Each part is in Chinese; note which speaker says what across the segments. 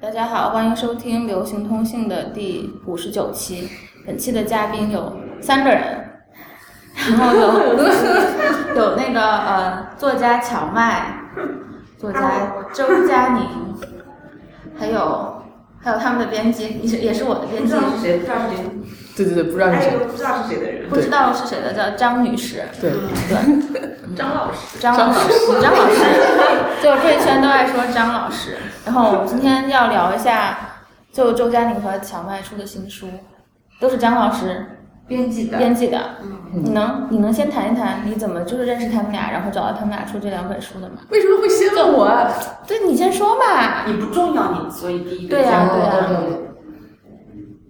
Speaker 1: 大家好，欢迎收听流行通信的第五十九期。本期的嘉宾有三个 人，然后有有那个呃作家乔麦，作家周佳宁，还有还有他们的编辑，也是也是我的编
Speaker 2: 不知
Speaker 1: 辑，
Speaker 2: 道是谁，不知道是谁，
Speaker 3: 对对对，
Speaker 1: 哎不
Speaker 2: 还有一。个不知道是谁的人，
Speaker 3: 不知道是谁
Speaker 1: 知道是谁的叫张女士，
Speaker 3: 对，
Speaker 1: 对，
Speaker 2: 张老师。
Speaker 1: 张老师，张老师，就贵圈都爱说张老师。然后我们今天要聊一下，就周佳宁和乔麦出的新书，都是张老师
Speaker 2: 编辑的，
Speaker 1: 编辑的。
Speaker 2: 嗯，
Speaker 1: 你能你能先谈一谈你怎么就是认识他们俩，然后找到他们俩出这两本书的吗？
Speaker 3: 为什么会先问我啊？
Speaker 1: 对你先说吧。
Speaker 2: 你不重要，你所以第一个
Speaker 1: 对呀
Speaker 2: 讲
Speaker 1: 对啊呀
Speaker 2: 的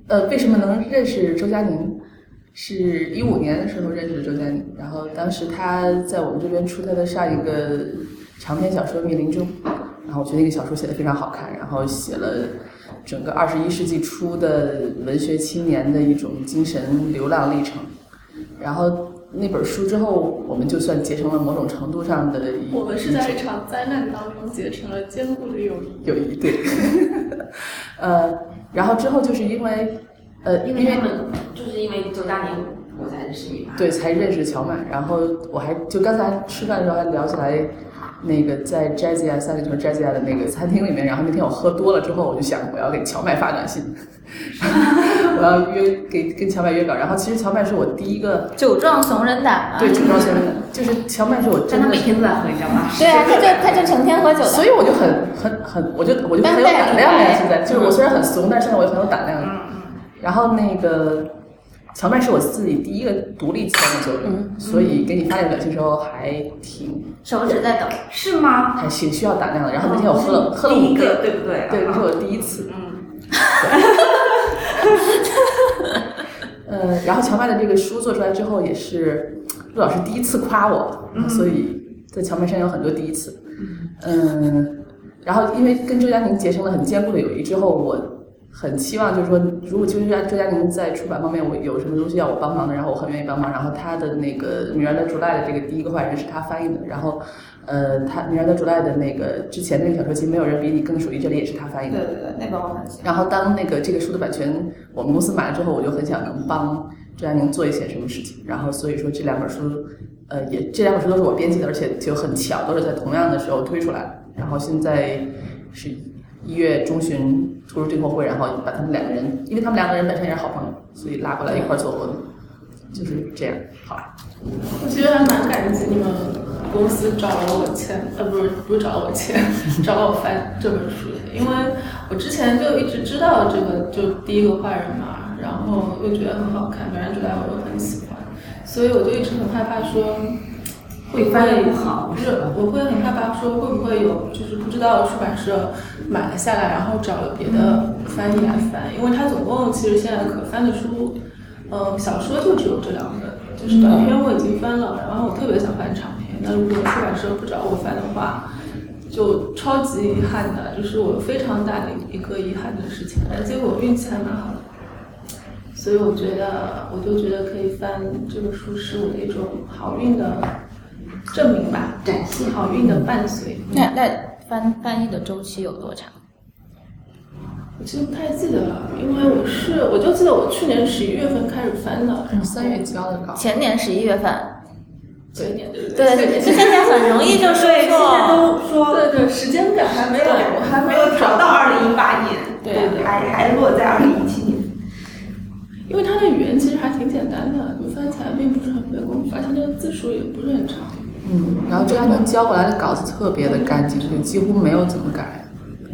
Speaker 3: 呃，为什么能认识周佳宁？是一五年的时候认识的周佳宁，然后当时他在我们这边出他的上一个长篇小说《密林中》，然后我觉得那个小说写的非常好看，然后写了整个二十一世纪初的文学青年的一种精神流浪历程。然后那本书之后，我们就算结成了某种程度上的一
Speaker 4: 我们是
Speaker 3: 一
Speaker 4: 在
Speaker 3: 种
Speaker 4: 一场灾难当中结成了坚固的友谊。
Speaker 3: 有一对， 呃，然后之后就是因为，呃，
Speaker 2: 因为他们就是因为周佳宁，我才认识你嘛。
Speaker 3: 对才认识乔曼，然后我还就刚才吃饭的时候还聊起来，那个在 Jazzy 啊三里屯 Jazzy 啊的那个餐厅里面，然后那天我喝多了之后，我就想我要给乔麦发短信， 我要约给跟乔麦约稿，然后其实乔麦是我第一个
Speaker 1: 酒壮怂人胆嘛。
Speaker 3: 对主张先生，就是乔麦是我
Speaker 2: 啊但
Speaker 3: 真
Speaker 2: 他
Speaker 3: 的
Speaker 2: 每天都在喝，你知道吗？
Speaker 1: 对啊，他就他就成天喝酒的。
Speaker 3: 所以我就很很很，我就我就很有胆量呀！现在
Speaker 2: 嗯
Speaker 3: 就是我虽然很怂，但是现在我也很有胆量。然后那个乔麦是我自己第一个独立签的作者，
Speaker 2: 嗯
Speaker 3: 所以给你发那个短信时候还挺
Speaker 1: 手指在抖。
Speaker 2: 是吗？
Speaker 3: 还挺需要胆量的。然后那天我喝了喝
Speaker 2: 嗯
Speaker 3: 了
Speaker 2: 第
Speaker 3: 五
Speaker 2: 一
Speaker 3: 杯，
Speaker 2: 个，对不对？
Speaker 3: 对，这是
Speaker 2: 啊
Speaker 3: 我第一次。
Speaker 2: 嗯，
Speaker 3: 呃，然后乔麦的这个书做出来之后，也是陆老师第一次夸我，
Speaker 1: 嗯
Speaker 3: 所以在乔麦身上有很多第一次。嗯、然后因为跟周佳宁结成了很坚固的友谊之后，我很期望就是说，如果就是让周佳宁在出版方面我有什么东西要我帮忙的，然后我很愿意帮忙。然后他的那个《女儿的 July》的这个第一个坏人是他翻译的，然后呃，他《女儿的 July》的那个之前那个小说集《没有人比你更属于》，这里也是他翻译的。
Speaker 1: 对对，那本我很喜欢。
Speaker 3: 然后当那个这个书的版权我们公司买了之后，我就很想能帮周佳宁做一些什么事情。然后所以说这两本书，呃，也这两本书都是我编辑的，而且就很巧，都是在同样的时候推出来的。然后现在是一月中旬出入订货会，然后把他们两个人，因为他们两个人本身也是好朋友，所以拉过来一块儿做活动，就是这样。好，
Speaker 4: 我其实还蛮感激你们公司找了我签，呃，不是不是找我签，找我翻这本书的，因为我之前就一直知道这个，就第一个坏人嘛，然后又觉得很好看，别人觉得我又很喜欢，所以我就一直很害怕说会不
Speaker 2: 翻译
Speaker 4: 会
Speaker 2: 不好
Speaker 4: 不是，我会很害怕说会不会有就是不知道出版社买了下来，然后找了别的翻译来翻，因为它总共其实现在可翻的书，嗯、小说就只有这两本，就是
Speaker 2: 嗯
Speaker 4: 短篇我已经翻了，然后我特别想翻长篇，但如果出版社不找我翻的话，就超级遗憾的，就是我非常大的一个遗憾的事情，而且我运气还蛮好的。所以我觉得，我就觉得可以翻这本书是我的一种好运的证明吧。
Speaker 2: 展现
Speaker 4: 好运的伴随。
Speaker 1: 那那翻翻译的周期有多长？
Speaker 4: 我其实不太记得了，因为我是我就记得我去年十一月份开始翻的，
Speaker 1: 嗯
Speaker 4: 然后
Speaker 3: 三月交的稿，
Speaker 1: 前年十一月份。
Speaker 4: 前年对不
Speaker 1: 对对对，现在很容易就出
Speaker 2: 对，现在
Speaker 1: 错。
Speaker 2: 都说
Speaker 4: 对对，时间感还没有，我还
Speaker 2: 没
Speaker 4: 没
Speaker 2: 有
Speaker 4: 有
Speaker 2: 调到
Speaker 4: 找到，
Speaker 2: 二零一八年，
Speaker 4: 对对
Speaker 2: 还还落在二零一七年。
Speaker 4: 因为它的语言其实还挺简单的，就翻起来并不是很费功夫，而且它的字数也不是很长。
Speaker 3: 嗯，然后周佳宁交过来的稿子特别的干净，就几乎没有怎么改，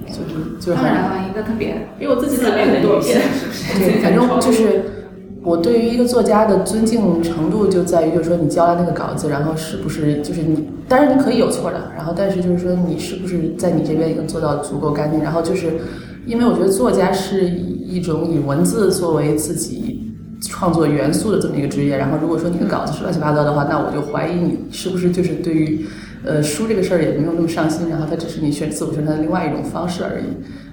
Speaker 3: 就是就是
Speaker 2: 当
Speaker 3: 很
Speaker 2: 然了，一个特别
Speaker 4: 因为我自己
Speaker 2: 自
Speaker 4: 翻
Speaker 2: 恋
Speaker 4: 了
Speaker 2: 的
Speaker 4: 很多
Speaker 2: 女性
Speaker 4: 遍，，
Speaker 2: 是不是？
Speaker 3: 对，反正就是我对于一个作家的尊敬程度就在于，就是说你交来那个稿子，然后是不是就是你，当然你可以有错的，然后但是就是说你是不是在你这边已经做到足够干净，然后就是因为我觉得作家是一种以文字作为自己。创作元素的这么一个职业，然后如果说你的稿子是乱七八糟的话，那我就怀疑你是不是就是对于，呃，书这个事儿也没有那么上心，然后它只是你宣自我宣传的另外一种方式而已。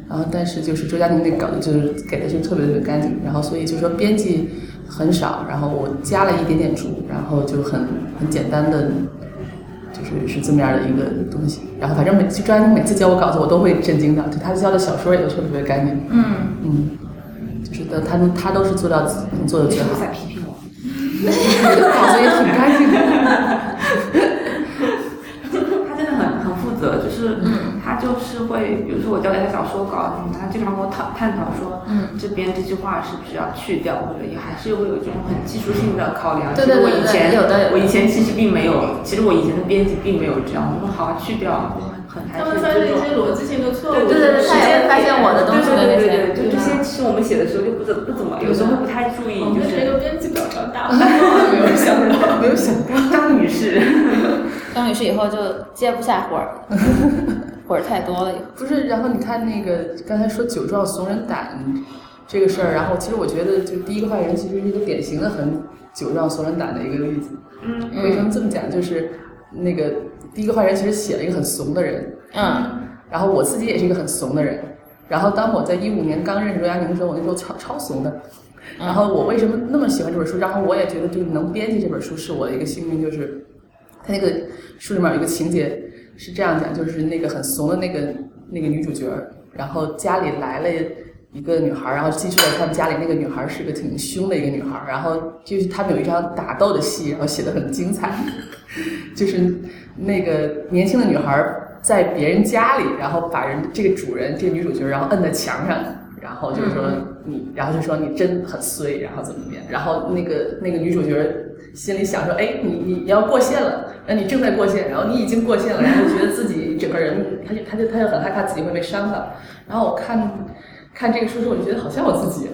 Speaker 3: 然后但是就是周佳宁那个稿子就是给的就特别特别干净，然后所以就说编辑很少，然后我加了一点点注，然后就很很简单的就是是这么样的一个东西。然后反正每就专家每次教我稿子，我都会震惊到，就他教的小说也都特别特别干净，
Speaker 1: 嗯，
Speaker 3: 嗯，就是都他他都是做到自做的
Speaker 2: 为
Speaker 3: 最
Speaker 2: 什
Speaker 3: 好
Speaker 2: 么，在批评我？
Speaker 3: 稿子也挺干净的。
Speaker 2: 他真的很很负责，就是
Speaker 1: 嗯
Speaker 2: 他就是会，比如说我交给他小说稿什么，他经常跟我探探讨说，
Speaker 1: 嗯，
Speaker 2: 这边这句话是不是要去掉，或者也还是会有这种很技术性的考量。
Speaker 1: 对
Speaker 2: 其实
Speaker 1: 对
Speaker 2: 我
Speaker 1: 对
Speaker 2: 以
Speaker 1: 对
Speaker 2: 前
Speaker 1: 有的有的
Speaker 2: 我以前其实并没有，其实我以前的编辑并没有这样，我说好去掉，很还
Speaker 4: 他
Speaker 2: 是
Speaker 4: 们发现
Speaker 2: 这
Speaker 4: 一
Speaker 2: 种。
Speaker 4: 些逻辑性的错误，
Speaker 1: 对
Speaker 2: 对
Speaker 1: 对对
Speaker 4: 时
Speaker 1: 他也
Speaker 4: 间
Speaker 1: 发现我的东西的那
Speaker 2: 对
Speaker 1: 些
Speaker 2: 对对对对，就这些，其实我们写的时候就不怎不怎么，有时候会不太注意
Speaker 4: 我，
Speaker 1: 嗯
Speaker 2: 就
Speaker 4: 们这
Speaker 2: 是
Speaker 4: 个编辑表长大，我没 有想到。
Speaker 3: 没有想
Speaker 2: 张女士，
Speaker 1: 张女士以后就接不下活儿， 活儿太多了以后。
Speaker 3: 不是，然后你看那个刚才说酒壮怂人胆这个事儿，然后其实我觉得，就第一个犯人其实是一个典型的很酒壮怂人胆的一个例子。
Speaker 2: 嗯，
Speaker 1: 嗯
Speaker 3: 为什么这么讲？就是那个第一个坏人其实写了一个很怂的人，
Speaker 1: 嗯
Speaker 3: 然后我自己也是一个很怂的人。然后当我在一五年刚认识罗亚宁的时候，我那时候超超怂的。
Speaker 1: 嗯
Speaker 3: 然后我为什么那么喜欢这本书？然后我也觉得就是能编辑这本书是我的一个幸运，就是它那个书里面有一个情节是这样讲，就是那个很怂的那个那个女主角儿，然后家里来了一个女孩儿，然后寄宿在他们家里，那个女孩儿是个挺凶的一个女孩儿，然后就是他们有一场打斗的戏，然后写的很精彩， 就是那个年轻的女孩儿在别人家里，然后把人这个主人这个女主角，然后摁在墙上，然后就是说
Speaker 1: 嗯
Speaker 3: 你，然后就说你真很衰，然后怎么怎么样，然后那个那个女主角哎心里想说，哎，你你你要过线了，那你正在过线，然后你已经过线了，然后就觉得自己整个人，他就他就他就很害怕自己会被伤到，然后我看看这个书时候，我就觉得好像我自己，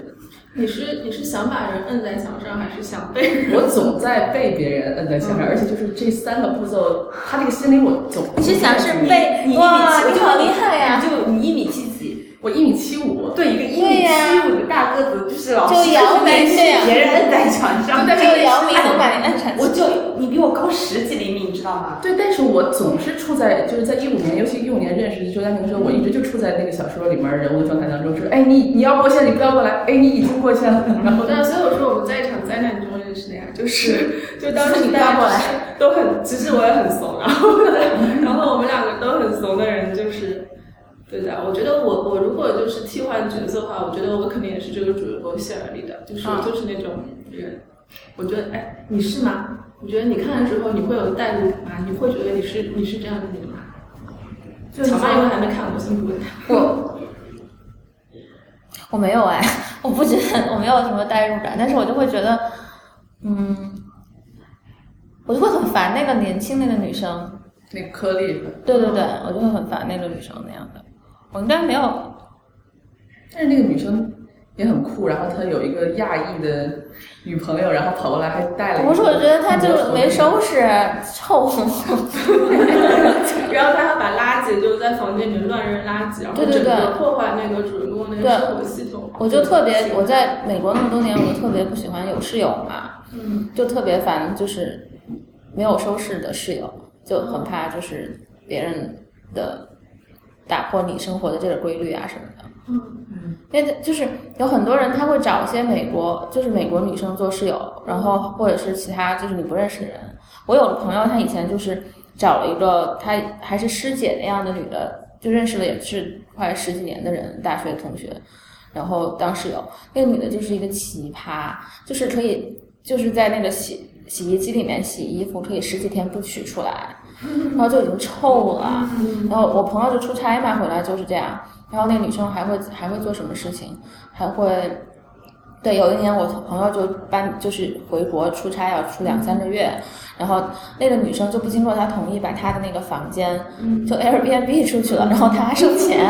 Speaker 4: 你是你是想把人摁在墙上，还是想被人？
Speaker 3: 我总在被别人摁在墙上，而且就是这三个步骤，他这个心理我总
Speaker 1: 嗯你是想是 被
Speaker 2: 你你一米七
Speaker 1: 哇，
Speaker 2: 五
Speaker 1: 你好厉害呀！
Speaker 2: 就你一米七几，
Speaker 3: 我一米七五，
Speaker 2: 对一个一
Speaker 1: 对
Speaker 2: 米
Speaker 1: 呀
Speaker 2: 七五的大个子，就是老
Speaker 1: 就
Speaker 2: 师
Speaker 1: 姚明
Speaker 2: 被
Speaker 1: 这样
Speaker 2: 别人摁在墙上，
Speaker 1: 就姚 明能把你摁下去
Speaker 2: 哎我就你比我高十几厘米，你知道吗？
Speaker 3: 对，但是我总是处在就是在一五年，尤其一五年认识周佳宁的时候，我一直就处在那个小说里面人物的状态当中，就是哎你你要过线，你不要过来，哎你已经过线了， 然后
Speaker 4: 但所以我说我们在一场灾难中认识的呀，就是就当时
Speaker 1: 你带过来
Speaker 4: 来都很，其实我也很怂，然后然后我们两个都很怂的人就是。对的，我觉得我我如果就是替换角色的话，我觉得我肯定也是这个主人公谢尔丽的，就是我
Speaker 1: 嗯
Speaker 4: 就是那种人。我觉得，哎，你是吗？我觉得你看了之后，你会有代入感吗？你会觉得你是你是这样的你吗？
Speaker 2: 就
Speaker 4: 小
Speaker 2: 是
Speaker 4: 妈因为
Speaker 2: 说
Speaker 4: 还没看过，先不问她。
Speaker 1: 我我没有哎，我不觉得我没有什么代入感，但是我就会觉得，嗯，我就会很烦那个年轻那个女生，
Speaker 3: 那个颗粒。
Speaker 1: 对对对，我就会很烦那个女生那样的。我应该没有，
Speaker 3: 但是那个女生也很酷，然后她有一个亚裔的女朋友，然后跑过来还带了一个。
Speaker 1: 不是，我觉得她就没收拾，臭。
Speaker 4: 然后他还把垃圾就在房间里面乱扔垃圾，然后
Speaker 1: 对对
Speaker 4: 整
Speaker 1: 对
Speaker 4: 个破坏那个主人公的那个生活系统。
Speaker 1: 我就特别，我在美国那么多年，我特别不喜欢有室友嘛。
Speaker 4: 嗯，
Speaker 1: 就特别烦，就是没有收拾的室友，就很怕就是别人的打破你生活的这个规律啊什么的。
Speaker 4: 嗯
Speaker 1: 因为就是有很多人他会找一些美国，就是美国女生做室友，然后或者是其他就是你不认识的人。我有个朋友，她以前就是找了一个她还是师姐那样的女的，就认识了也是快十几年的人，大学同学，然后当室友。那个女的就是一个奇葩，就是可以就是在那个洗洗衣机里面洗衣服，可以十几天不取出来，然后就已经臭了。然后我朋友就出差嘛，回来就是这样。然后那个女生还会还会做什么事情？还会，对，有一年我朋友就搬就是回国出差要出两三个月，然后那个女生就不经过她同意把她的那个房间就 Airbnb 出去了，然后她还收钱，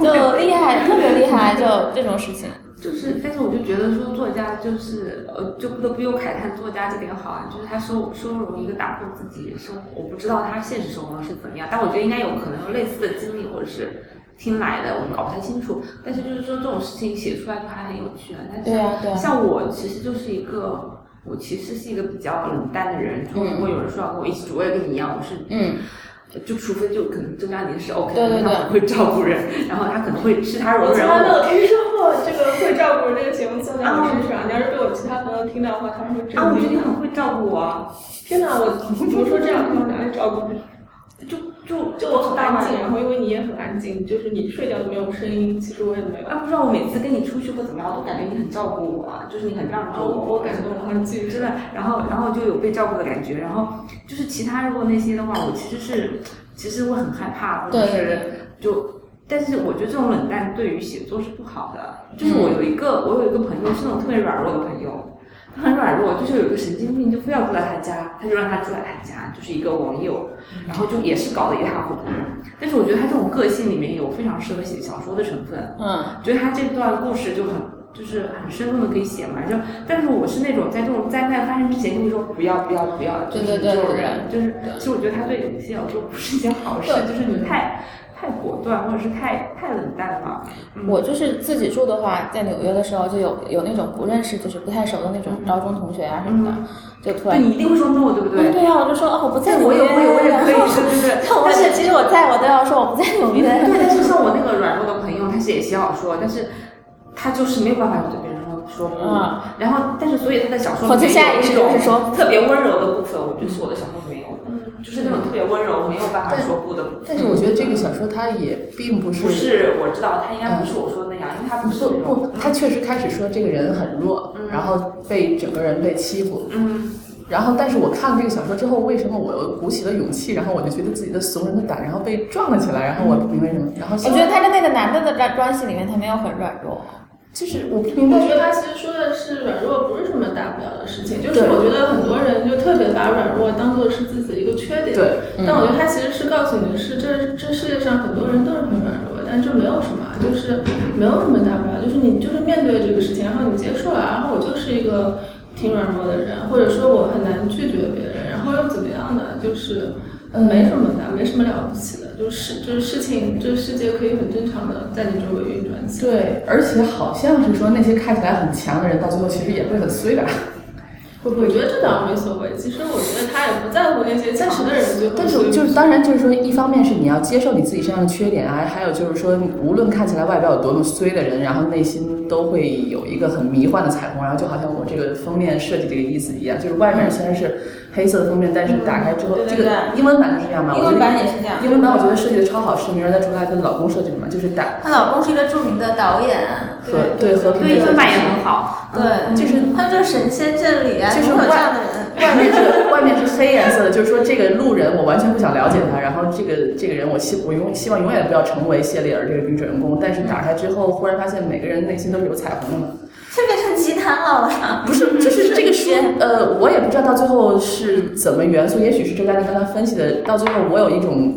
Speaker 1: 就厉害，特别厉害，就这种事情。
Speaker 2: 就是，但是我就觉得说作家就是呃，就不得不又慨叹作家这点好啊，就是他收收容一个打破自己生活，我不知道他现实生活中是怎么样，但我觉得应该有可能有类似的经历或者是听来的，我搞不太清楚。但是就是说这种事情写出来就还很有趣啊，但
Speaker 1: 对
Speaker 2: 是
Speaker 1: 啊，对啊，
Speaker 2: 像我其实就是一个。我其实是一个比较冷淡的人，就
Speaker 1: 嗯
Speaker 2: 如果有人说要跟我一起住，我也跟你一样，我是
Speaker 1: 嗯，
Speaker 2: 就除非就可能周佳宁是 OK，
Speaker 1: 对对对
Speaker 2: 他很会照顾人，然后他可能会是他容
Speaker 4: 我
Speaker 2: 忍
Speaker 4: 从来没
Speaker 2: 我。
Speaker 4: 有听说过这个会照顾人这个节目送在我身上。你要是被我其他朋友听到的话，他们会
Speaker 2: 啊，
Speaker 4: 震
Speaker 2: 我觉得你
Speaker 4: 惊。
Speaker 2: 很会照顾我啊，
Speaker 4: 天哪，我我说这样的话哪里照顾人？
Speaker 2: 就就
Speaker 4: 就我很安静，然后因为你也很安静，就是你睡觉都没有声音，其实我也没有。
Speaker 2: 啊，不知道我每次跟你出去或怎么样，我都感觉你很照顾我啊，就是你很让
Speaker 4: 然
Speaker 2: 着
Speaker 4: 后
Speaker 2: 我，
Speaker 4: 哦我感动了，很剧
Speaker 2: 真的，然后然后就有被照顾的感觉，然后就是其他如果那些的话，我其实是其实我很害怕，或者
Speaker 1: 对对
Speaker 2: 是
Speaker 1: 对，
Speaker 2: 就，但是我觉得这种冷淡对于写作是不好的。就是
Speaker 1: 嗯
Speaker 2: 我有一个我有一个朋友是那种特别软弱的朋友，他很软弱，就是有一个神经病就非要住在他家，他就让他住在他家，就是一个网友，然后就也是搞得一塌糊涂。但是我觉得他这种个性里面有非常适合写小说的成分。
Speaker 1: 嗯，
Speaker 2: 觉得他这段故事就很就是很生动的可以写嘛，就但是我是那种在这种灾难发生之前就会说不要不要不要，
Speaker 1: 对
Speaker 2: 就是
Speaker 1: 对对
Speaker 2: 这种
Speaker 1: 对
Speaker 2: 人，就是其实我觉得他对有些小说不是一件好事，
Speaker 1: 对嗯
Speaker 2: 就是你太太果断或者是太太冷淡了。嗯
Speaker 1: 我就是自己住的话，在纽约的时候就有有那种不认识，就是不太熟的那种高中同学啊什么的，就突
Speaker 2: 嗯对
Speaker 1: 然，
Speaker 2: 你一定会说 no，对不
Speaker 1: 嗯，
Speaker 2: 对？
Speaker 1: 对呀，我就说哦，我不在纽
Speaker 2: 我
Speaker 1: 约，
Speaker 2: 也会，我也 可以，对对对。
Speaker 1: 但我
Speaker 2: 但
Speaker 1: 是
Speaker 2: 是
Speaker 1: 其实我在我都要说我不在纽约。
Speaker 2: 对，但是像我那个软弱的朋友，他是也写小说，但是他就是没有办法对别人说说不。
Speaker 1: 嗯
Speaker 2: 然后，但是所以他的小说
Speaker 1: 否则
Speaker 2: 里面
Speaker 1: 下
Speaker 2: 有
Speaker 1: 意识
Speaker 2: 一
Speaker 1: 就
Speaker 2: 种
Speaker 1: 是说
Speaker 2: 特别温柔的部分，我觉得是我的小说没有的，
Speaker 4: 嗯，
Speaker 2: 就是那种特别温柔，没有办法说不的部分。
Speaker 3: 但是我觉得这个小说它也并不是
Speaker 2: 不是，我知道他应该不是我说的那样，因为他不是那
Speaker 3: 嗯不
Speaker 2: 种
Speaker 3: 不，他确实开始说这个人很弱，
Speaker 2: 嗯
Speaker 3: 然后被整个人被欺负，
Speaker 2: 嗯
Speaker 3: 然后但是我看了这个小说之后，为什么我又鼓起了勇气，然后我就觉得自己的怂人的胆，然后被撞了起来，然后我不明白什么，然后
Speaker 1: 我觉得他跟那个男的的关关系里面，他没有很软弱。
Speaker 3: 就是我不
Speaker 1: 嗯
Speaker 3: 明
Speaker 4: 我
Speaker 3: 白
Speaker 4: 觉得他其实说的是软弱不是什么大不了的事情，就是我觉得很多人就特别把软弱当做是自己的一个缺点。
Speaker 3: 对，
Speaker 1: 嗯
Speaker 4: 但我觉得他其实是告诉你的是，这这世界上很多人都是很软弱，但这没有什么，就是没有什么大不了，就是你就是面对这个事情，然后你接受了，然后我就是一个挺软弱的人，或者说我很难拒绝别人，然后又怎么样呢？就是
Speaker 3: 嗯
Speaker 4: 呃没什么的，没什么了不起的，就是就是事情，这个世界可以很正常的在你周围运转起来。
Speaker 3: 对，而且好像是说那些看起来很强的人，到最后其实也会很衰的。
Speaker 4: 我我觉得这倒没所谓，其实我觉得他也不在乎那些暂时的人就会
Speaker 3: 但是就是当然就是说，一方面是你要接受你自己身上的缺点啊，还有就是说，无论看起来外表有多么衰的人，然后内心都会有一个很迷幻的彩虹，然后就好像我这个封面设计这个意思一样，就是外面虽然是黑色的封面，但是打开之后，
Speaker 1: 对对
Speaker 3: 这个
Speaker 1: 对
Speaker 3: 英文版就是这
Speaker 2: 嗯
Speaker 3: 样吧？
Speaker 1: 英
Speaker 3: 我觉
Speaker 1: 文
Speaker 3: 得
Speaker 1: 版也是这样。
Speaker 3: 英文版我觉得设计的超好，是明儿在出来跟老公设计的嘛，就是打
Speaker 1: 她老公是一个著名的导演，啊
Speaker 3: 和对和平
Speaker 2: 对，英
Speaker 3: 的
Speaker 2: 文版也很好。
Speaker 1: 对，
Speaker 3: 就是
Speaker 1: 他就是神仙眷侣啊，
Speaker 3: 就是
Speaker 1: 怎么会有这
Speaker 3: 外
Speaker 1: 样的人。
Speaker 3: 外面是外面是黑颜色的，就是说这个路人我完全不想了解他，然后这个这个人我希我永希望永远不要成为谢丽尔这个女主人公，但是打开之后忽然发现每个人内心都是有彩虹的嘛，
Speaker 1: 这变成奇谈老了。
Speaker 3: 不是就是这个书呃我也不知道到最后是怎么元素，也许是周佳宁刚才分析的，到最后我有一种。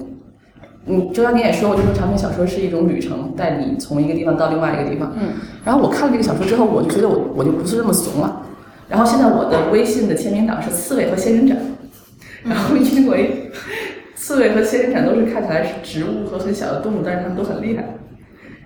Speaker 3: 嗯，周佳宁也说过，就说长篇小说是一种旅程，带你从一个地方到另外一个地方。
Speaker 1: 嗯，
Speaker 3: 然后我看了这个小说之后，我就觉得我我就不是那么怂了。然后现在我的微信的签名档是刺猬和仙人掌，然后因为刺猬和仙人掌都是看起来是植物和很小的动物，但是它们都很厉害。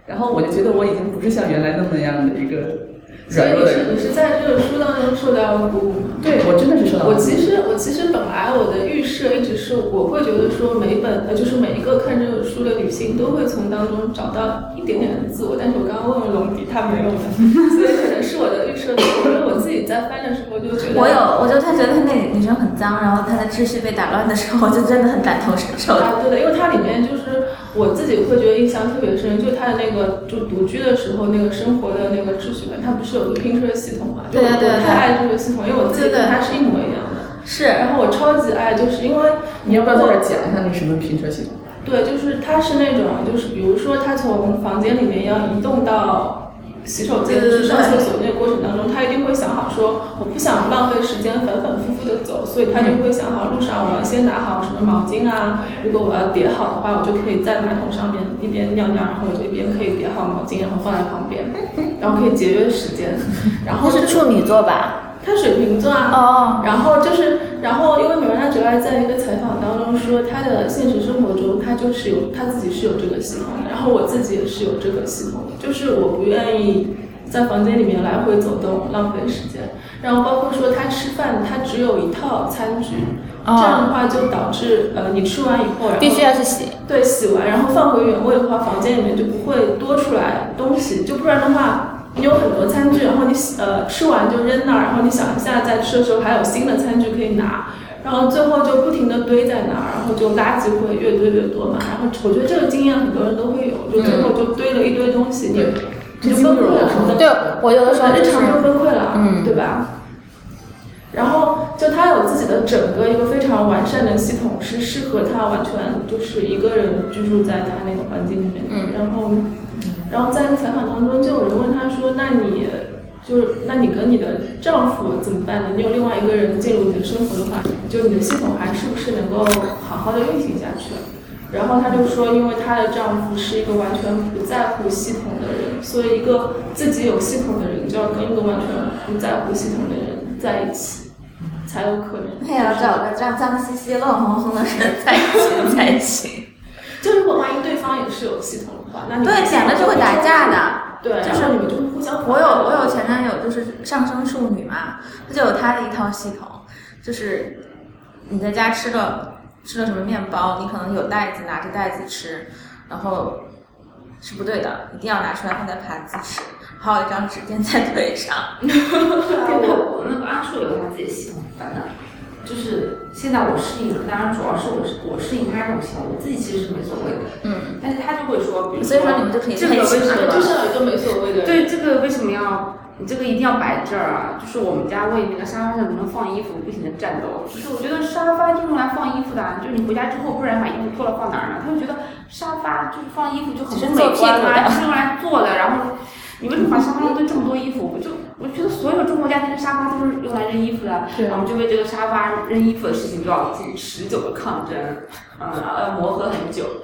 Speaker 3: 然后我就觉得我已经不是像原来那么样的一个
Speaker 4: 所以
Speaker 3: 软弱
Speaker 4: 你
Speaker 3: 的
Speaker 4: 是
Speaker 3: 人。
Speaker 4: 你是在这个书当中受到鼓舞吗？
Speaker 3: 对我真的是受到
Speaker 4: 我其实我其实本来我的预设一直是我会觉得说每一本呃就是每一个看这本书的女性都会从当中找到一点点的自我，但是我刚刚问了龙迪，他没有 的，所以可能是我的预设错误，因为我自己在翻的时候就觉得
Speaker 1: 我有，我就他觉得那女生很脏，然后她的秩序被打乱的时候，我就真的很感同身受。
Speaker 4: 啊，对的，因为它里面就是我自己会觉得印象特别深，就它的那个就独居的时候那个生活的那个秩序嘛，它不是有个拼车系统嘛？就
Speaker 1: 对对对
Speaker 4: 我太爱这个系统，因为我自
Speaker 1: 对
Speaker 4: 己
Speaker 1: 对
Speaker 4: 跟它是一模一样的。
Speaker 1: 是，
Speaker 4: 然后我超级爱，就是因为
Speaker 3: 你要不要在这儿讲一下那个什么拼车系统？
Speaker 4: 对，就是它是那种，就是比如说它从房间里面要移动到洗手间
Speaker 1: 对对
Speaker 4: 去
Speaker 1: 对
Speaker 4: 上厕所那个过程当中，他一定会想好说，我不想浪费时间反反复复的走，所以他就会想好路上我要先拿好什么毛巾啊，如果我要叠好的话，我就可以在马桶上面一边尿尿，然后我就一边可以叠好毛巾，然后放在旁边，然后可以节约时间。然后
Speaker 1: 她是处女座吧？
Speaker 4: 他水瓶座啊，
Speaker 1: 哦，
Speaker 4: 然后就是，然后因为美娜哲爱在一个采访当中说，她的现实生活中，她就是有她自己是有这个系统的，然后我自己也是有这个系统的，就是我不愿意在房间里面来回走动，浪费时间。然后包括说他吃饭，他只有一套餐具，这样的话就导致呃你吃完以后，然后
Speaker 1: 哦必须要去洗。
Speaker 4: 对，洗完然后放回原位的话，房间里面就不会多出来东西，就不然的话，你有很多餐具，然后你洗呃吃完就扔那儿，然后你想一下再吃的时候还有新的餐具可以拿，然后最后就不停的堆在那儿，然后就垃圾会越堆越多嘛。然后我觉得这个经验很多人都会有，就最后就堆了一堆东西，你你就崩溃了，
Speaker 1: 对我有的时候就
Speaker 4: 日
Speaker 1: 是
Speaker 4: 常就崩溃了，
Speaker 1: 嗯
Speaker 4: 对吧？然后就他有自己的整个一个非常完善的系统，是适合他完全就是一个人居住在他那个环境里面。
Speaker 1: 嗯
Speaker 4: 然后，然后在那个采访当中，就有人问他说：“那你就是那你跟你的丈夫怎么办呢？你有另外一个人进入你的生活的话，就你的系统还是不是能够好好的运行下去？”然后她就说，因为她的丈夫是一个完全不在乎系统的人，所以一个自己有系统的人就要跟一个完全不在乎系统的人在一起，才有可能。
Speaker 1: 那也要找个脏脏兮兮、乱哄哄的人在一起才行。
Speaker 4: 就如果万一对方也是有系统的话，那你
Speaker 1: 对，简直就会打架。的。
Speaker 4: 对，然后你们就会互相。
Speaker 1: 我有我有前男友就是上升处女嘛，他就有他的一套系统，就是你在家吃的吃了什么面包，你可能有袋子拿着袋子吃，然后是不对的，一定要拿出来放在盘子吃，还有一张纸垫在腿上。
Speaker 2: 我我那个阿树有他自己的系统，反正就是现在我适应了，当然主要是我是我适应他这种系统，我自己其实是没所谓的，
Speaker 1: 嗯，
Speaker 2: 但是他就会说，比如
Speaker 1: 所以说你们就可以
Speaker 2: 这
Speaker 1: 在
Speaker 2: 个
Speaker 1: 一起
Speaker 2: 为什
Speaker 1: 吃
Speaker 2: 么
Speaker 1: 了
Speaker 4: 就是有一个没所谓的人。
Speaker 2: 对这个为什么要你这个一定要摆这儿啊？就是我们家为那个沙发上能放衣服不停的战斗，就是我觉得沙发就用来放衣服的啊，就是你回家之后不然把衣服脱了放哪儿呢？他就觉得沙发就是放衣服就很不美观啊，就是用来坐的，然后。你为什么把沙发上堆这么多衣服？我就我觉得所有中国家庭的沙发都是用来扔衣服的，
Speaker 4: 对
Speaker 2: 我们就为这个沙发扔衣服的事情就要进行持久的抗争，嗯，呃，磨合很久。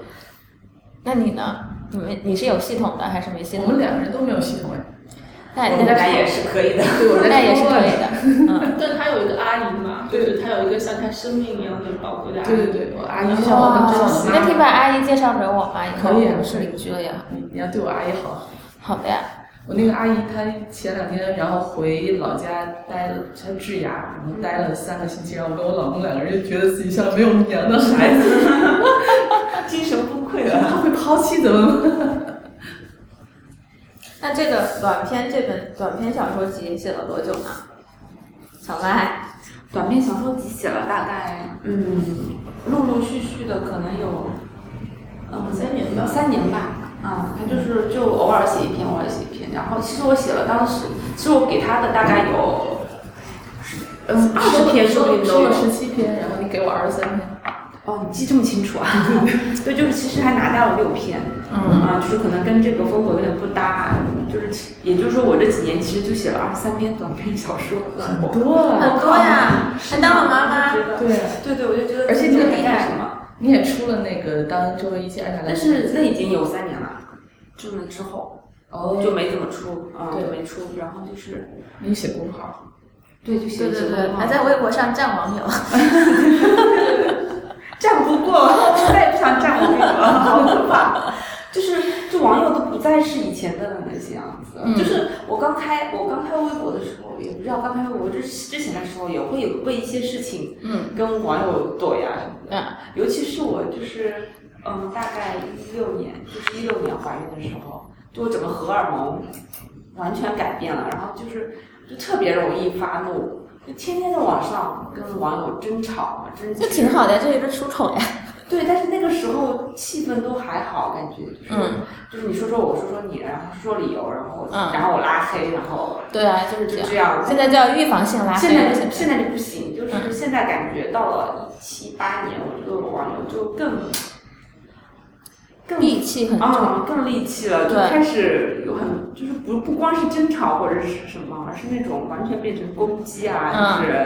Speaker 1: 那你呢？你们你是有系统的还是没系
Speaker 3: 我
Speaker 1: 统
Speaker 3: 们
Speaker 1: 的？
Speaker 3: 两个人都没有系统哎，
Speaker 1: 那
Speaker 2: 我们
Speaker 1: 那
Speaker 2: 家也是可以的。
Speaker 3: 对我
Speaker 1: 那
Speaker 3: 在
Speaker 1: 也是
Speaker 3: 偷
Speaker 1: 可
Speaker 3: 懒
Speaker 1: 以的。嗯，
Speaker 4: 但他有一个阿姨嘛，就是他有一个像他生命一样的宝贵的阿姨。
Speaker 3: 对对 对，我阿姨就像我
Speaker 1: 哇
Speaker 3: 们珍惜。
Speaker 1: 哦那可以把阿姨介绍给我吗？以后
Speaker 3: 可以啊
Speaker 1: 我是邻居了呀。
Speaker 3: 你你要对我阿姨好。
Speaker 1: 好的呀。
Speaker 3: 我那个阿姨她前两天然后回老家待了，她治牙，然后待了三个星期，然后我跟我老公两个人就觉得自己像没有娘的孩子，啊
Speaker 2: 精神崩溃 了。
Speaker 3: 她会抛弃怎么办？
Speaker 1: 那这个短篇这本短篇小说集写了多久呢？小麦，
Speaker 2: 短篇小说集写了大概，嗯，陆陆续续的可能有，嗯，
Speaker 4: 三年吧
Speaker 2: 三年吧。啊、他就是就偶尔写一篇，偶尔写一篇。然后其实我写了，当时其实我给他的大概有，嗯，
Speaker 4: 啊
Speaker 2: 二十篇说不定都
Speaker 3: 收
Speaker 2: 有
Speaker 3: 了。十七篇，然后你给我二十三篇，
Speaker 2: 哦，你记这么清楚 啊？对，就是其实还拿到了六篇，
Speaker 1: 嗯
Speaker 2: 啊，就是可能跟这个风格有点不搭，就是其也就是说我这几年其实就写了二十三篇短篇小说，
Speaker 3: 很多啊。
Speaker 1: 很多呀，
Speaker 2: 哎
Speaker 1: 还当了妈妈。
Speaker 3: 对，
Speaker 2: 对对，我就觉得
Speaker 3: 而且
Speaker 2: 这个
Speaker 3: 这个
Speaker 2: 厉
Speaker 3: 厉
Speaker 2: 害
Speaker 3: 害
Speaker 2: 什么？
Speaker 3: 你也出了那个当周一起爱上来，
Speaker 2: 但是那已经有三年了，就那之后
Speaker 3: 哦，
Speaker 2: 就没怎么出啊，
Speaker 3: 对
Speaker 2: 就没出。然后就是
Speaker 3: 你写公号，
Speaker 2: 对，就
Speaker 1: 对
Speaker 2: 写
Speaker 1: 对对，还在微博上占网友。
Speaker 2: 站不过， 实在不想站我这个， 好可怕。就是，就网友都不再是以前的那些样子。
Speaker 1: 嗯
Speaker 2: 就是我刚开我刚开微博的时候，也不知道刚开微博之之前的时候，也会有为一些事情
Speaker 1: 嗯
Speaker 2: 跟网友怼啊什么的。
Speaker 1: 嗯
Speaker 2: 尤其是我就是，嗯，大概一六年，就是一六年怀孕的时候，就我整个荷尔蒙完全改变了，然后就是就特别容易发怒，就天天在网上跟网友争吵、啊争
Speaker 1: 这挺好的，这是一个出口呀。
Speaker 2: 对，但是那个时候气氛都还好，感觉就是、
Speaker 1: 嗯
Speaker 2: 就是你说说我，说说你，然后说理由，然后、
Speaker 1: 嗯
Speaker 2: 然后我拉黑，然后
Speaker 1: 对啊，就是这
Speaker 2: 就
Speaker 1: 样。
Speaker 2: 这样。
Speaker 1: 现在叫预防性拉黑。
Speaker 2: 现在就现在就不行，就是
Speaker 1: 嗯
Speaker 2: 现在感觉到了一七八年，我觉得网友就更更
Speaker 1: 戾气很重。
Speaker 2: 啊，更戾气了，就
Speaker 1: 对
Speaker 2: 开始有很就是不不光是争吵或者是什么，而是那种完全变成攻击啊，
Speaker 1: 嗯
Speaker 2: 就是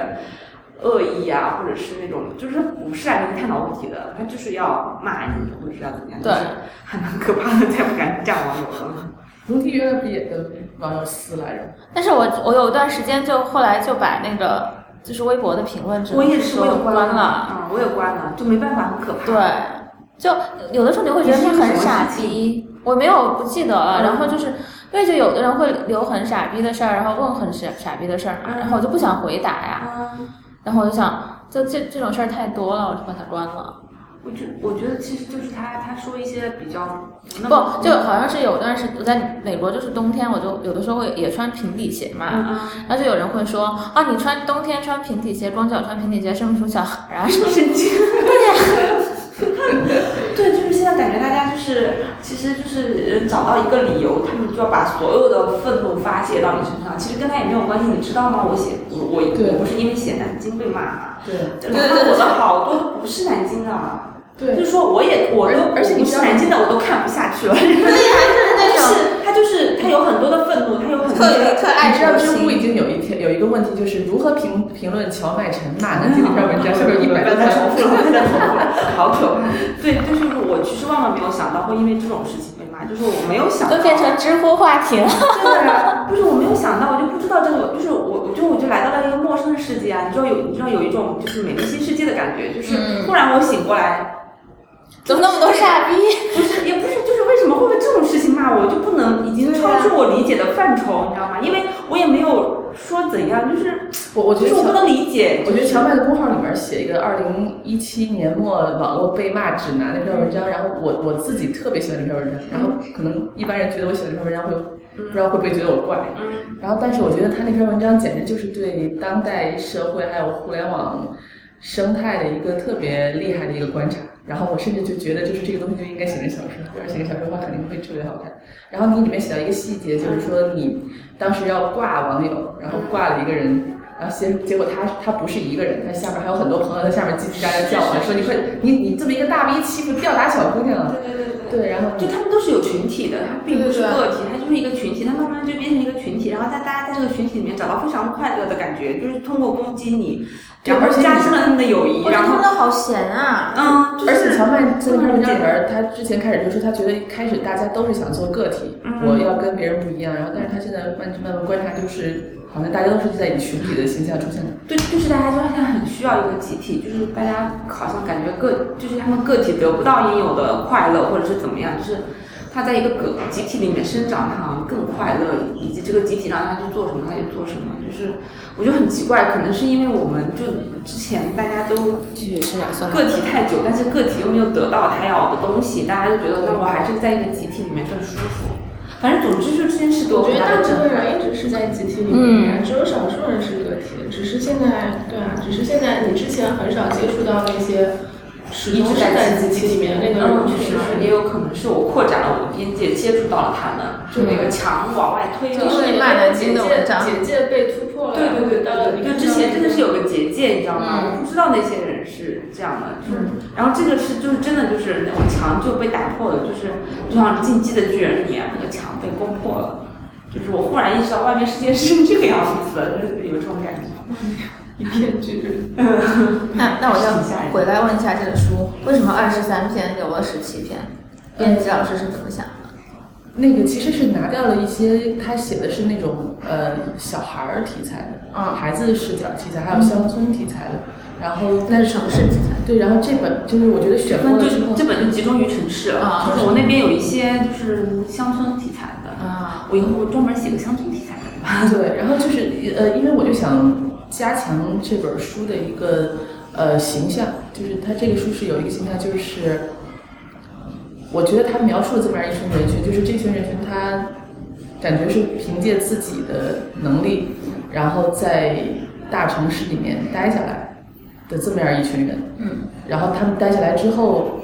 Speaker 2: 恶意啊，或者是那种就是不是来跟你探讨问题的，他就是要骂你或者是要怎么样，
Speaker 1: 对，
Speaker 2: 很可怕的，再不敢站网友 了。
Speaker 3: 如丽月不也跟网友撕来着？
Speaker 1: 但是我我有一段时间就后来就把那个就是微博的评论只
Speaker 2: 我也是，我也
Speaker 1: 都关了。
Speaker 2: 啊、我也关了，就没办法，很可怕。
Speaker 1: 对，嗯就有的时候你会觉得他很傻逼，我没有不记得了。然后就是对，就有的人会留很傻逼的事儿，然后问很傻傻逼的事儿嘛，然后我就不想回答呀，
Speaker 2: 嗯，
Speaker 1: 然后我就想，就这这种事儿太多了，我就把它关了。
Speaker 2: 我觉我觉得其实就是他他说一些比较不那么
Speaker 1: 不，就好像是有段时我在美国，就是冬天，我就有的时候会也穿平底鞋嘛，
Speaker 2: 嗯嗯
Speaker 1: 然后就有人会说啊，你穿冬天穿平底鞋，光脚穿平底鞋生不出小孩儿啊，什么
Speaker 2: 神经。 对，就是现在感觉大家就是，其实就是呃找到一个理由，他们就要把所有的愤怒发泄到你身上。其实跟他也没有关系，你知道吗？我写我我
Speaker 3: 对
Speaker 2: 我不是因为写南京被骂嘛，
Speaker 3: 对
Speaker 2: 然后我的好多都不是南京的，就
Speaker 3: 对
Speaker 2: 是说我也我都
Speaker 3: 而且你
Speaker 2: 不
Speaker 3: 知
Speaker 2: 是
Speaker 3: 道
Speaker 2: 南京的，我都看不下去了。
Speaker 1: 对呀，就是
Speaker 2: 但
Speaker 1: 那种
Speaker 2: 是他 就是他有很多的愤怒，他有 很多的
Speaker 1: 特
Speaker 3: 你知道
Speaker 1: 之
Speaker 3: 知乎已经有一篇有一个问题，就是如何评评论荞麦陈骂南京这篇 文章，是不是一百多
Speaker 2: 再重复
Speaker 3: 条？
Speaker 2: 了，再重复了，好可怕。对，就是我其实万万没有想到会因为这种事情被哎骂，就是我没有想到，
Speaker 1: 都变成知乎话题了。
Speaker 2: 对，啊就是我没有想到，我就不知道这个，就是我，我就我就来到了一个陌生的世界啊，你知道有，你知道有一种就是美丽新世界的感觉，就是
Speaker 1: 嗯
Speaker 2: 突然我醒过来，
Speaker 1: 怎么那么多傻 逼？
Speaker 2: 不是也不是，就是为什么会被这种事情骂我，就不能已经
Speaker 1: 对啊
Speaker 2: 超出我理解的范畴，你知道吗？因为我也没有说怎样，就是
Speaker 3: 我我觉
Speaker 2: 就
Speaker 3: 得
Speaker 2: 是我不能理解，
Speaker 3: 我觉得荞麦的公号里面写一个二零一七年末网络被骂指南那篇文章，然后我我自己特别喜欢这篇文章，然后可能一般人觉得我写的这篇文章会不知道会不会觉得我怪，
Speaker 2: 嗯，
Speaker 3: 然后但是我觉得他那篇文章简直就是对当代社会还有互联网生态的一个特别厉害的一个观察。然后我甚至就觉得，就是这个东西就应该写成小说，或者写成小说的话肯定会特别好看。然后你里面写到一个细节，就是说你当时要挂网友，然后挂了一个人，然后结结果他他不是一个人，他下面还有很多朋友在下面叽叽喳喳叫唤，说你快你你这么一个大 V 欺负吊打小姑娘，
Speaker 2: 对对对对。
Speaker 3: 对，然后
Speaker 2: 就他们都是有群体的，他并不是
Speaker 4: 对对
Speaker 2: 个体，他就是一个群体，他慢慢就变成一个群体，然后在大家在这个群体里面找到非常快乐的感觉，就是通过攻击你，
Speaker 3: 对
Speaker 2: 然后
Speaker 3: 而且你
Speaker 2: 加深了他们的友谊，
Speaker 1: 我觉得
Speaker 2: 然
Speaker 1: 他们
Speaker 2: 后
Speaker 1: 都好闲啊。
Speaker 2: 嗯，就
Speaker 3: 而且
Speaker 2: 是
Speaker 3: 乔麦在那篇文章里边儿，他之前开始就说，他觉得一开始大家都是想做个体，
Speaker 2: 嗯
Speaker 3: 我要跟别人不一样。然后，但是他现在慢慢慢观察，就是好像大家都是在以群体的形象出现的。
Speaker 2: 对，就是大家就好像很需要一个集体，就是大家好像感觉个就是他们个体得不到应有的快乐，或者是怎么样，就是。他在一个个集体里面生长，他好像更快乐，以及这个集体让他去做什么，他就做什么。就是我觉得很奇怪，可能是因为我们就之前大家都
Speaker 1: 继续吃点酸
Speaker 2: 个体太久，但是个体又没有得到他要的东西，大家就觉得那我还是在一个集体里面更舒服。反正总之就这件事给我
Speaker 4: 我觉
Speaker 2: 很
Speaker 4: 得
Speaker 2: 大
Speaker 4: 大
Speaker 2: 的
Speaker 4: 部
Speaker 2: 震
Speaker 4: 分
Speaker 2: 撼。
Speaker 4: 人一直是在集体里
Speaker 2: 嗯
Speaker 4: 面，只有少数人是个体。只是现在，对啊，只是现在你之前很少接触到那些始终是在集体里面那个人
Speaker 2: 嗯，
Speaker 4: 群
Speaker 2: 确实
Speaker 4: 的。
Speaker 2: 也有可能是我扩展了我的边界，接触到了他们，就那
Speaker 4: 嗯
Speaker 2: 个墙往外推了。
Speaker 4: 就是
Speaker 1: 骂南京的文
Speaker 4: 结界
Speaker 1: 章
Speaker 4: 结界被突破了，
Speaker 2: 对对对
Speaker 4: 到了
Speaker 2: 对对，就之前真的是有个结界，你知道
Speaker 3: 嗯
Speaker 2: 吗？我不知道那些人是这样的，就是，然后这个是就是真的就是那种墙就被打破了，就是就像进击的巨人一样，那个墙被攻破了，就是我忽然意识到外面世界是这个样子的，就是有这种感觉。
Speaker 4: 一片巨人。
Speaker 2: 嗯
Speaker 1: 那哎那我就回来问一下这个书，为什么二十三篇留了十七篇？编辑老师是怎么想的？
Speaker 3: 那个其实是拿掉了一些，他写的是那种呃小孩儿题材的，
Speaker 1: 嗯
Speaker 3: 孩子视角题材，还有乡村题材的。然后
Speaker 1: 那是城市题材。
Speaker 3: 对，然后这本就是我觉得选过
Speaker 2: 那
Speaker 3: 了
Speaker 2: 就
Speaker 3: 之后，
Speaker 2: 这本就集中于城市了，
Speaker 3: 嗯
Speaker 1: 啊
Speaker 2: 就是我那边有一些就是乡村题材的，
Speaker 3: 嗯
Speaker 1: 啊，
Speaker 2: 我以后会专门写个乡村题材的。
Speaker 3: 对，然后就是呃，因为我就想加强这本书的一个呃形象，就是它这个书是有一个形象，就是我觉得他描述了这么样一群人群，就是这群人群他感觉是凭借自己的能力，然后在大城市里面待下来的这么样一群人，
Speaker 1: 嗯，
Speaker 3: 然后他们待下来之后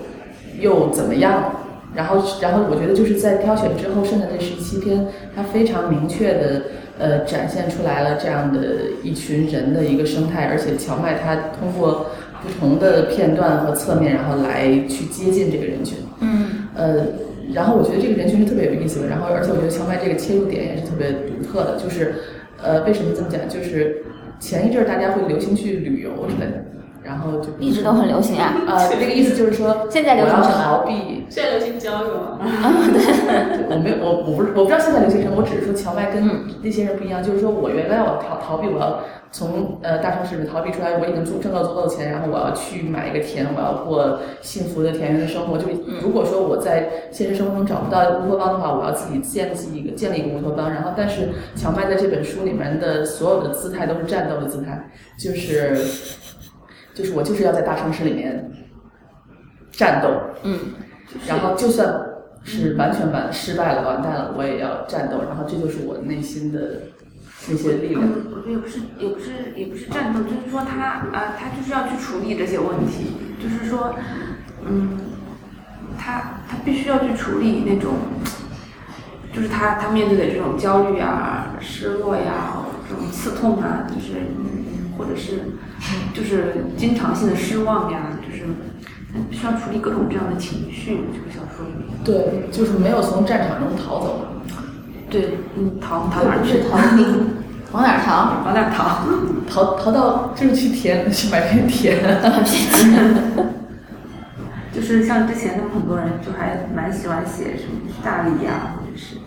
Speaker 3: 又怎么样？然后，然后我觉得就是在挑选之后剩下的十七篇，它非常明确的呃展现出来了这样的一群人的一个生态，而且荞麦它通过不同的片段和侧面，然后来去接近这个人群。
Speaker 1: 嗯，
Speaker 3: 呃，然后我觉得这个人群是特别有意思的，然后而且我觉得荞麦这个切入点也是特别独特的，就是呃，为什么这么讲？就是前一阵儿大家会流行去旅游之类的，然后就
Speaker 1: 一直都很流行啊。
Speaker 3: 呃，那个意思就是说，
Speaker 1: 现在流
Speaker 3: 我
Speaker 1: 行
Speaker 3: 要
Speaker 1: 什么？
Speaker 3: 逃避，
Speaker 2: 现在流行交友啊，
Speaker 3: 我没有，我我不是我不知道现在流行什么，我只是说荞麦跟
Speaker 1: 嗯
Speaker 3: 那些人不一样，就是说我原来我逃逃避，我要从呃大城市里逃避出来，我已经挣挣到足够的钱，然后我要去买一个田，我要过幸福的田园的生活。就
Speaker 1: 嗯
Speaker 3: 如果说我在现实生活中找不到乌托邦的话，我要自己建立一个建立一个乌托邦。然后，但是荞麦在这本书里面的所有的姿态都是战斗的姿态，就是就是我就是要在大城市里面战斗，
Speaker 1: 嗯，
Speaker 3: 然后就算是完全完失败了、完蛋了，我也要战斗。然后这就是我内心的那些力量。
Speaker 2: 嗯，我觉得也不是，也不是，也不是战斗，就是说他啊、他就是要去处理这些问题，就是说，嗯，他他必须要去处理那种，就是他他面对的这种焦虑啊、失落呀、这种刺痛啊，就是嗯或者是就是经常性的失望呀，就是他必须要处理各种这样的情绪。这个小说里面，
Speaker 3: 对，就是没有从战场中逃走。
Speaker 2: 对，嗯，逃逃
Speaker 1: 又
Speaker 2: 哪儿
Speaker 1: 不
Speaker 2: 去
Speaker 1: 是？逃避， 往哪儿逃？
Speaker 2: 往哪儿逃？
Speaker 3: 逃逃到就是去田去买片田，
Speaker 2: 就是像之前他们很多人就还蛮喜欢写什么大理呀、或者是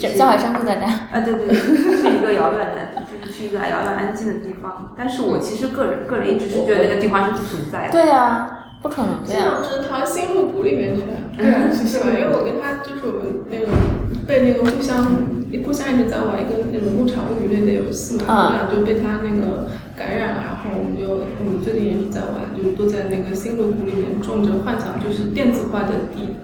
Speaker 1: 这焦海山就在那 儿。
Speaker 2: 啊，对对，对，去一个遥远的， 就是去一个遥远安静的地方。但是我其实个人个人一直是觉得那个地方是不存在的。
Speaker 1: 对啊，不可能的
Speaker 4: 这
Speaker 1: 呀。
Speaker 4: 种只能逃到心路谷里面去了，对吧？因为我跟他就是我们那种被那个互相互相一直在玩一个那种牧场物语类的游戏嘛，
Speaker 1: 嗯
Speaker 4: 我们俩就被他那个感染啊了，然后我们就我们最近也是在玩，就是都在那个心路谷里面种着幻想，就是电子化的地，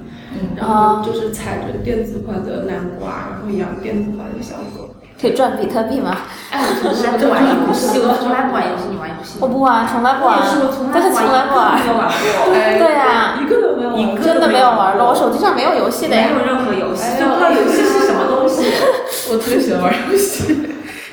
Speaker 4: 然后就是踩着电子化的南瓜，然后养电子化的小狗。
Speaker 1: 可以赚比特币吗？
Speaker 2: 哎，我从来不玩游戏，我从来不玩游戏，你玩游戏
Speaker 1: 我不玩，从来不玩，
Speaker 2: 也是，我从来
Speaker 1: 真的
Speaker 2: 不
Speaker 1: 从来不
Speaker 2: 玩，
Speaker 1: 玩
Speaker 2: 没。有玩过，
Speaker 3: 哎，
Speaker 1: 对呀、
Speaker 3: 一个都没有玩过。
Speaker 1: 真的没有玩过，我手机上没有游戏的
Speaker 2: 没
Speaker 1: 呀。哎
Speaker 2: 有任何游戏，
Speaker 3: 哎
Speaker 2: 就不知道游戏是什么东西，
Speaker 3: 我特别喜欢玩游戏，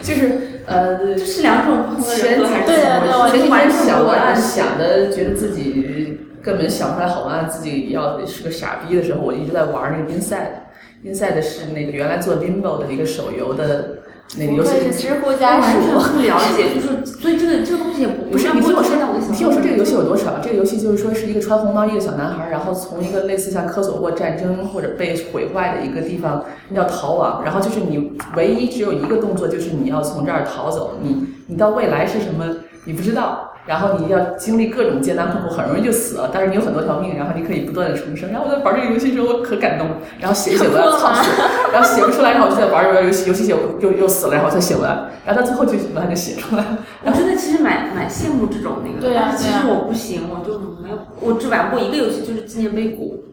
Speaker 3: 就是呃，
Speaker 2: 这是两种不同的人
Speaker 3: 前几
Speaker 2: 格还是
Speaker 1: 对啊对
Speaker 2: 怎么
Speaker 1: 啊
Speaker 2: 回事？
Speaker 3: 前几
Speaker 2: 谁玩
Speaker 3: 天
Speaker 2: 什么
Speaker 3: 想
Speaker 2: 文
Speaker 3: 完
Speaker 2: 案？
Speaker 3: 想的，觉得自己根本想不出来好文案，自己要是个傻逼的时候，我一直在玩那个 Inside。Inside 是那个原来做 Limbo 的一个手游的那个
Speaker 1: 不
Speaker 3: 游戏
Speaker 1: 愧是知乎
Speaker 2: 我
Speaker 1: 家
Speaker 2: 完全
Speaker 1: 属，
Speaker 2: 不了解，就是所以这个这个东西也不
Speaker 3: 不是
Speaker 2: 让
Speaker 3: 你听
Speaker 2: 我
Speaker 3: 我
Speaker 2: 说到我的
Speaker 3: 你听我说，这个游戏有多少？这个游戏就是说是一个穿红毛衣的小男孩，然后从一个类似像科索沃战争或者被毁坏的一个地方要逃亡，然后就是你唯一只有一个动作，就是你要从这儿逃走。你你到未来是什么？你不知道。然后你要经历各种艰难困苦，很容易就死了，但是你有很多条命，然后你可以不断的重生。然后我在玩这个游戏的时候，我可感动，然后写一写我要
Speaker 1: 啊
Speaker 2: 啊
Speaker 3: 操死，然后写不出来，然后我就在玩游戏，游戏写我又又死了，然后再写文案，然后到最后就文案就写出来了。
Speaker 2: 我真的其实蛮蛮羡慕这种那个，
Speaker 1: 对啊
Speaker 2: 但是其
Speaker 1: 对啊
Speaker 2: 实我不行，我就没有，我只玩过一个游戏，就是纪念碑谷。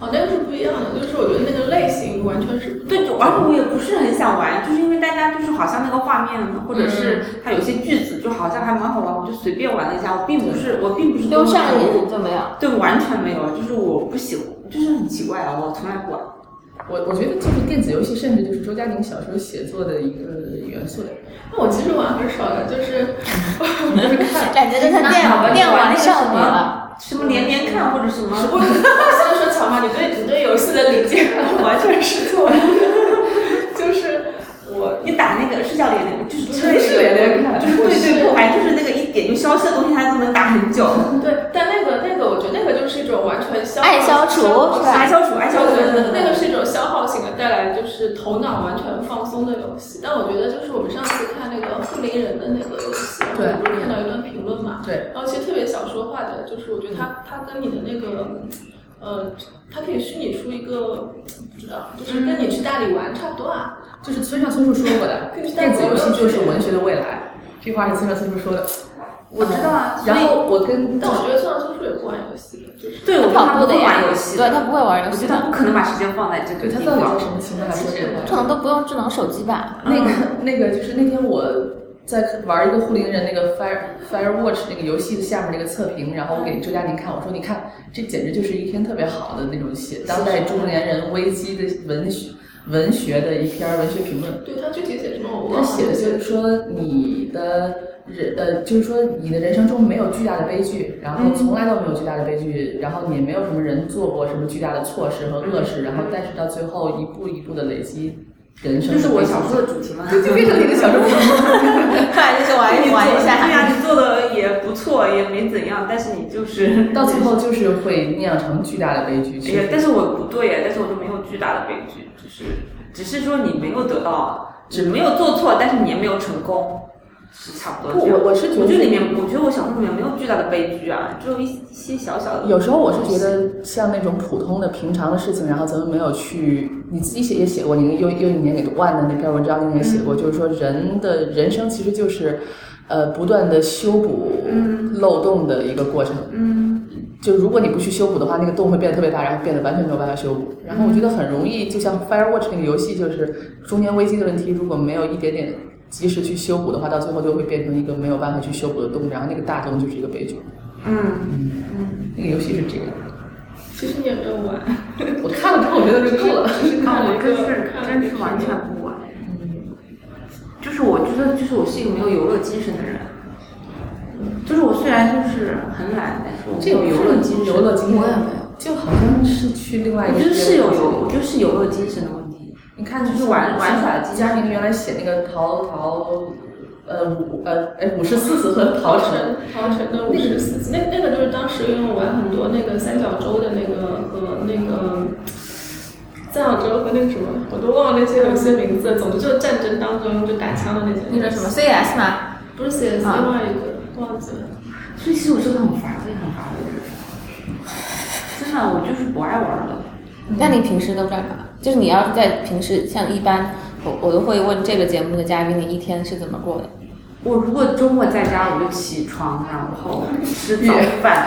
Speaker 4: 哦，那个是不一样的，就是我觉得那个类型完全是不同
Speaker 2: 对，而且我也不是很想玩，就是因为大家就是好像那个画面，或者是
Speaker 1: 嗯
Speaker 2: 它有些句子，就好像还蛮好玩，我就随便玩了一下，我并不是，我并不是
Speaker 1: 丢
Speaker 2: 多么
Speaker 1: 上
Speaker 2: 投入
Speaker 1: 瘾就没有。
Speaker 2: 对，完全没有，就是我不喜欢，就是很奇怪啊，我从来不玩。
Speaker 3: 我我觉得就是电子游戏，甚至就是周佳宁小时候写作的一个元素来。
Speaker 4: 那我其实玩很少的，就是
Speaker 1: 感觉就像电
Speaker 2: 那好吧
Speaker 1: 电
Speaker 2: 你玩那
Speaker 1: 玩
Speaker 2: 个
Speaker 1: 少
Speaker 2: 什
Speaker 1: 女
Speaker 2: 么
Speaker 1: 了。
Speaker 2: 什么连连看或者什么，
Speaker 4: 我想说乔妈，你对你对游戏的理解
Speaker 1: 啊
Speaker 4: 完全是 错的， 就是我
Speaker 2: 你打那个是叫连连，就是之类
Speaker 3: 不是连连看
Speaker 2: 就是对对破坏，就是那个一点就消失的东西，它都能打很久。
Speaker 4: 嗯对，但那个那个，我觉得那个就是一种完全消耗
Speaker 1: 爱哎消除是吧
Speaker 2: 爱消除，爱消除
Speaker 4: 我，觉得那个是一种消耗型的，带来就是头脑完全放松的游戏。但我觉得就是我们上次看那个护林人的那个游戏，然后
Speaker 3: 对
Speaker 4: 我不是看到一段评论嘛，
Speaker 3: 啊对，
Speaker 4: 然后其实特别小说化的，就是我觉得
Speaker 1: 嗯
Speaker 4: 它它跟你的那个，呃，它可以虚拟出一个，不知道，就是
Speaker 1: 嗯
Speaker 4: 跟你去大理玩差不多啊。
Speaker 3: 就是村上春树说过的， 电子游戏就是文学的未来，这话是村上春树说的。
Speaker 2: 我知道啊。
Speaker 3: 然后我跟
Speaker 4: 但我觉得村上春树也不玩游戏的，就是
Speaker 2: 对，
Speaker 1: 他
Speaker 2: 我觉得
Speaker 1: 跑
Speaker 2: 他
Speaker 1: 步
Speaker 2: 不
Speaker 1: 的
Speaker 2: 会
Speaker 1: 呀
Speaker 2: 玩游，戏，
Speaker 1: 对他不会玩游
Speaker 2: 我觉
Speaker 1: 戏
Speaker 2: 得他
Speaker 1: 的，
Speaker 2: 不可能把时间放在这
Speaker 3: 对
Speaker 2: 个
Speaker 3: 他
Speaker 2: 地
Speaker 3: 到底
Speaker 2: 方
Speaker 3: 在。什么情况下说这话？
Speaker 1: 可能都不用智能手机吧。
Speaker 3: 那个那个就是那天我在玩一个护林人那个 Fire Fire Watch 那个游戏的下面那个测评，然后我给周佳宁看，我说你看这简直就是一篇特别好的那种写当代中年人危机的文学文学的一篇文学评论。
Speaker 4: 对他具体写什么我忘
Speaker 3: 他
Speaker 4: 了。
Speaker 3: 写的就是说你的人呃，就是说你的人生中没有巨大的悲剧，然
Speaker 2: 嗯
Speaker 3: 后从来都没有巨大的悲剧，然后也没有什么人做过什么巨大的错事和恶事，然后但是到最后一步一步的累积人
Speaker 2: 嗯
Speaker 3: 生
Speaker 2: 这
Speaker 3: 的
Speaker 2: 是我
Speaker 3: 背景
Speaker 2: 小说的主题吗？
Speaker 3: 就变成了一个小说。
Speaker 1: 来 就是玩一玩啊一
Speaker 2: 对
Speaker 1: 下，
Speaker 2: 呀、你做的也不错，也没怎样，但是你就是
Speaker 3: 到最后就是会酿成巨大的悲剧。
Speaker 2: 哎呀，但是我不对呀，但是我就没有巨大的悲剧，就是只是说你没有得到，只没有做错，但是你也没有成功，是差不多这样。
Speaker 3: 我我是觉得
Speaker 2: 我觉得里面，我觉得我小说里面没有巨大的悲剧啊，只有一些小小的。
Speaker 3: 有时候我是觉得像那种普通的平常的事情，然后咱们没有去，你自己写也写过，你又又一年给万的那篇文章你也写过，就是说人的人生其实就是，呃，不断的修补漏洞的一个过程。
Speaker 2: 嗯，
Speaker 3: 就如果你不去修补的话，那个洞会变得特别大，然后变得完全没有办法修补。然后我觉得很容易，就像 Firewatch 那个游戏，就是中年危机的问题，如果没有一点点及时去修补的话，到最后就会变成一个没有办法去修补的洞，然后那个大洞就是一个悲剧。
Speaker 2: 嗯，
Speaker 3: 那个游戏是这样。
Speaker 4: 其实你也没有玩，
Speaker 3: 我看了之后，我觉得就 够了。
Speaker 4: 只是看了一个，
Speaker 2: 真是
Speaker 4: 看了
Speaker 2: 真
Speaker 4: 一
Speaker 2: 是
Speaker 4: 个
Speaker 2: 完全不玩。就是我觉得，就是我是一个没有游乐精神的人。就是我虽然就是很懒，但是我
Speaker 3: 这个
Speaker 2: 没有游乐精神。
Speaker 3: 游乐精神，
Speaker 1: 我也没有
Speaker 3: 就好像是去另外一
Speaker 2: 我
Speaker 3: 个。
Speaker 2: 觉得是有游，我觉得是游乐精神的问题。
Speaker 3: 你看，
Speaker 2: 就是玩玩耍的
Speaker 3: 技嘉宁原来写那个陶陶，呃五呃哎五十四次和陶
Speaker 4: 陶
Speaker 3: 成，
Speaker 4: 城，陶城的五十四次，那那个就是当时因为我玩很多那个三角洲的那个和那个三角洲和那个什么，我都忘了那些有些名字，总之就是战争当中就打枪的那些。
Speaker 1: 那个什么 CS 嘛，
Speaker 4: 不是 CS，
Speaker 1: 啊
Speaker 4: 另外一个忘记了。
Speaker 2: 所以其实我是个很乏味、很乏味的人。真的，我就是不爱玩了。
Speaker 1: 那你平时都干嘛？就是你要是在平时像一般，我我都会问这个节目的嘉宾，你一天是怎么过的？
Speaker 2: 我如果周末在家，我就起床，啊然后吃早饭，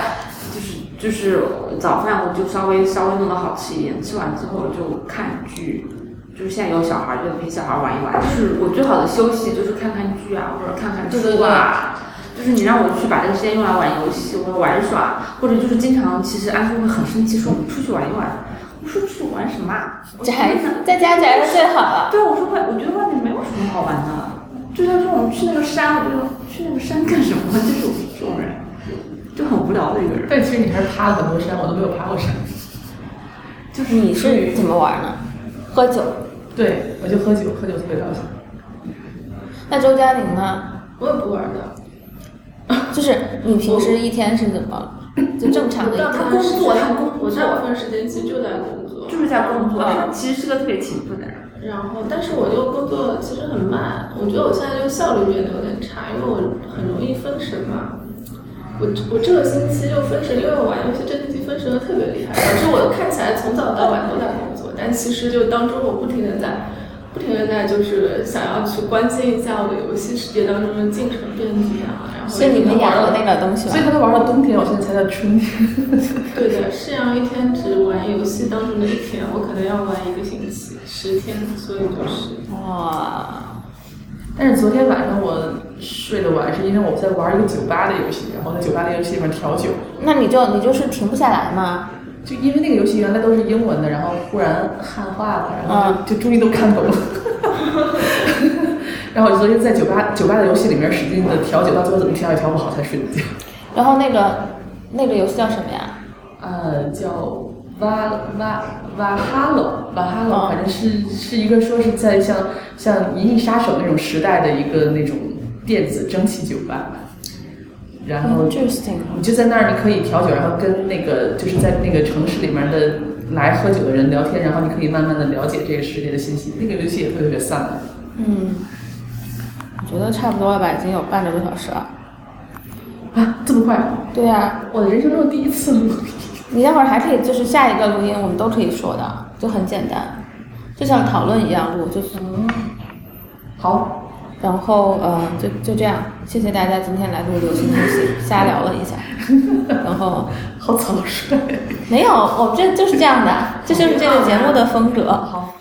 Speaker 2: 就是就是早饭，我就稍微稍微弄得好吃一点。吃完之后就看剧，就是现在有小孩就陪小孩玩一玩。就是我最好的休息就是看看剧啊，或者看看
Speaker 1: 对对
Speaker 2: 书
Speaker 1: 对
Speaker 2: 啊。就是你让我去把这个时间用来玩游戏或者玩耍，或者就是经常其实安叔会很生气说我们出去玩一玩。我说出去玩什么啊？我 说
Speaker 1: 宅在家宅的最好了。
Speaker 2: 对，我说外，我觉得外面没有什么好玩的。就像说我们去那个山，我就去那个山干什么？就是我这种人，就很无聊的一个人。
Speaker 3: 但其实你还是爬了很多山，我都没有爬过山。
Speaker 1: 就是你是怎么玩呢？喝酒。
Speaker 3: 对，我就喝酒，喝酒特别高兴。
Speaker 1: 那周嘉玲呢？
Speaker 4: 我也不玩的，
Speaker 1: 就是你平时一天是怎么就正常的一
Speaker 4: 我大部
Speaker 1: 天？
Speaker 2: 他工作
Speaker 4: 分时间
Speaker 2: 他工
Speaker 4: 我大部
Speaker 2: 作
Speaker 4: 分时间其实就在工作，
Speaker 2: 就是在工作，
Speaker 1: 嗯
Speaker 2: 其实是个特别勤奋的人。
Speaker 4: 然后，但是我就工作其实很慢，我觉得我现在就效率变得有点差，因为我很容易分神嘛。我我这个星期就分神，因为我玩游戏这星期分神的特别厉害，导致我看起来从早到晚都在工作，但其实就当中我不停的在，不停的在就是想要去关心一下我的游戏世界当中的进程变局啊，然后
Speaker 1: 是你们
Speaker 4: 玩
Speaker 1: 养的
Speaker 4: 了
Speaker 1: 那个东西吗
Speaker 3: 所以？他都玩到冬天，我现在才到春天。
Speaker 4: 对的，试阳一天只玩游戏当中的一天，我可能要玩一个星期，十天，所以就是。
Speaker 1: 哇，
Speaker 3: 但是昨天晚上我睡得晚，是因为我在玩一个酒吧的游戏，然后在酒吧的游戏里面调酒。
Speaker 1: 那你就你就是停不下来吗？
Speaker 3: 就因为那个游戏原来都是英文的，然后忽然汉化了，然后就、就终于都看懂了。 然后我昨天在酒吧酒吧的游戏里面使劲的调酒，到最后怎么调也调不好才睡的觉。
Speaker 1: 然后那个那个游戏叫什么呀？
Speaker 3: 呃，叫瓦瓦瓦哈喽，瓦哈
Speaker 1: 哦
Speaker 3: 喽，反正是是一个说是在像像《银翼杀手》那种时代的一个那种电子蒸汽酒吧，然后
Speaker 1: Interesting。
Speaker 3: 你就在那儿，你可以调酒，然后跟那个就是在那个城市里面的来喝酒的人聊天，然后你可以慢慢的了解这个世界的信息。那个游戏也特别特别散漫。
Speaker 1: 嗯，我觉得差不多了吧，已经有半个多小时了。
Speaker 3: 啊，这么快！
Speaker 1: 对呀、
Speaker 3: 我的人生中第一次录，
Speaker 1: 你待会儿还可以就是下一个录音，我们都可以说的，就很简单，就像讨论一样录，就是。
Speaker 3: 嗯好，
Speaker 1: 然后呃，就就这样，谢谢大家今天来录流行东西，瞎聊了一 下，然后哦
Speaker 3: 好草率。啊
Speaker 1: 没有，我们这就是这样的，这就是这个节目的风格。
Speaker 3: 好，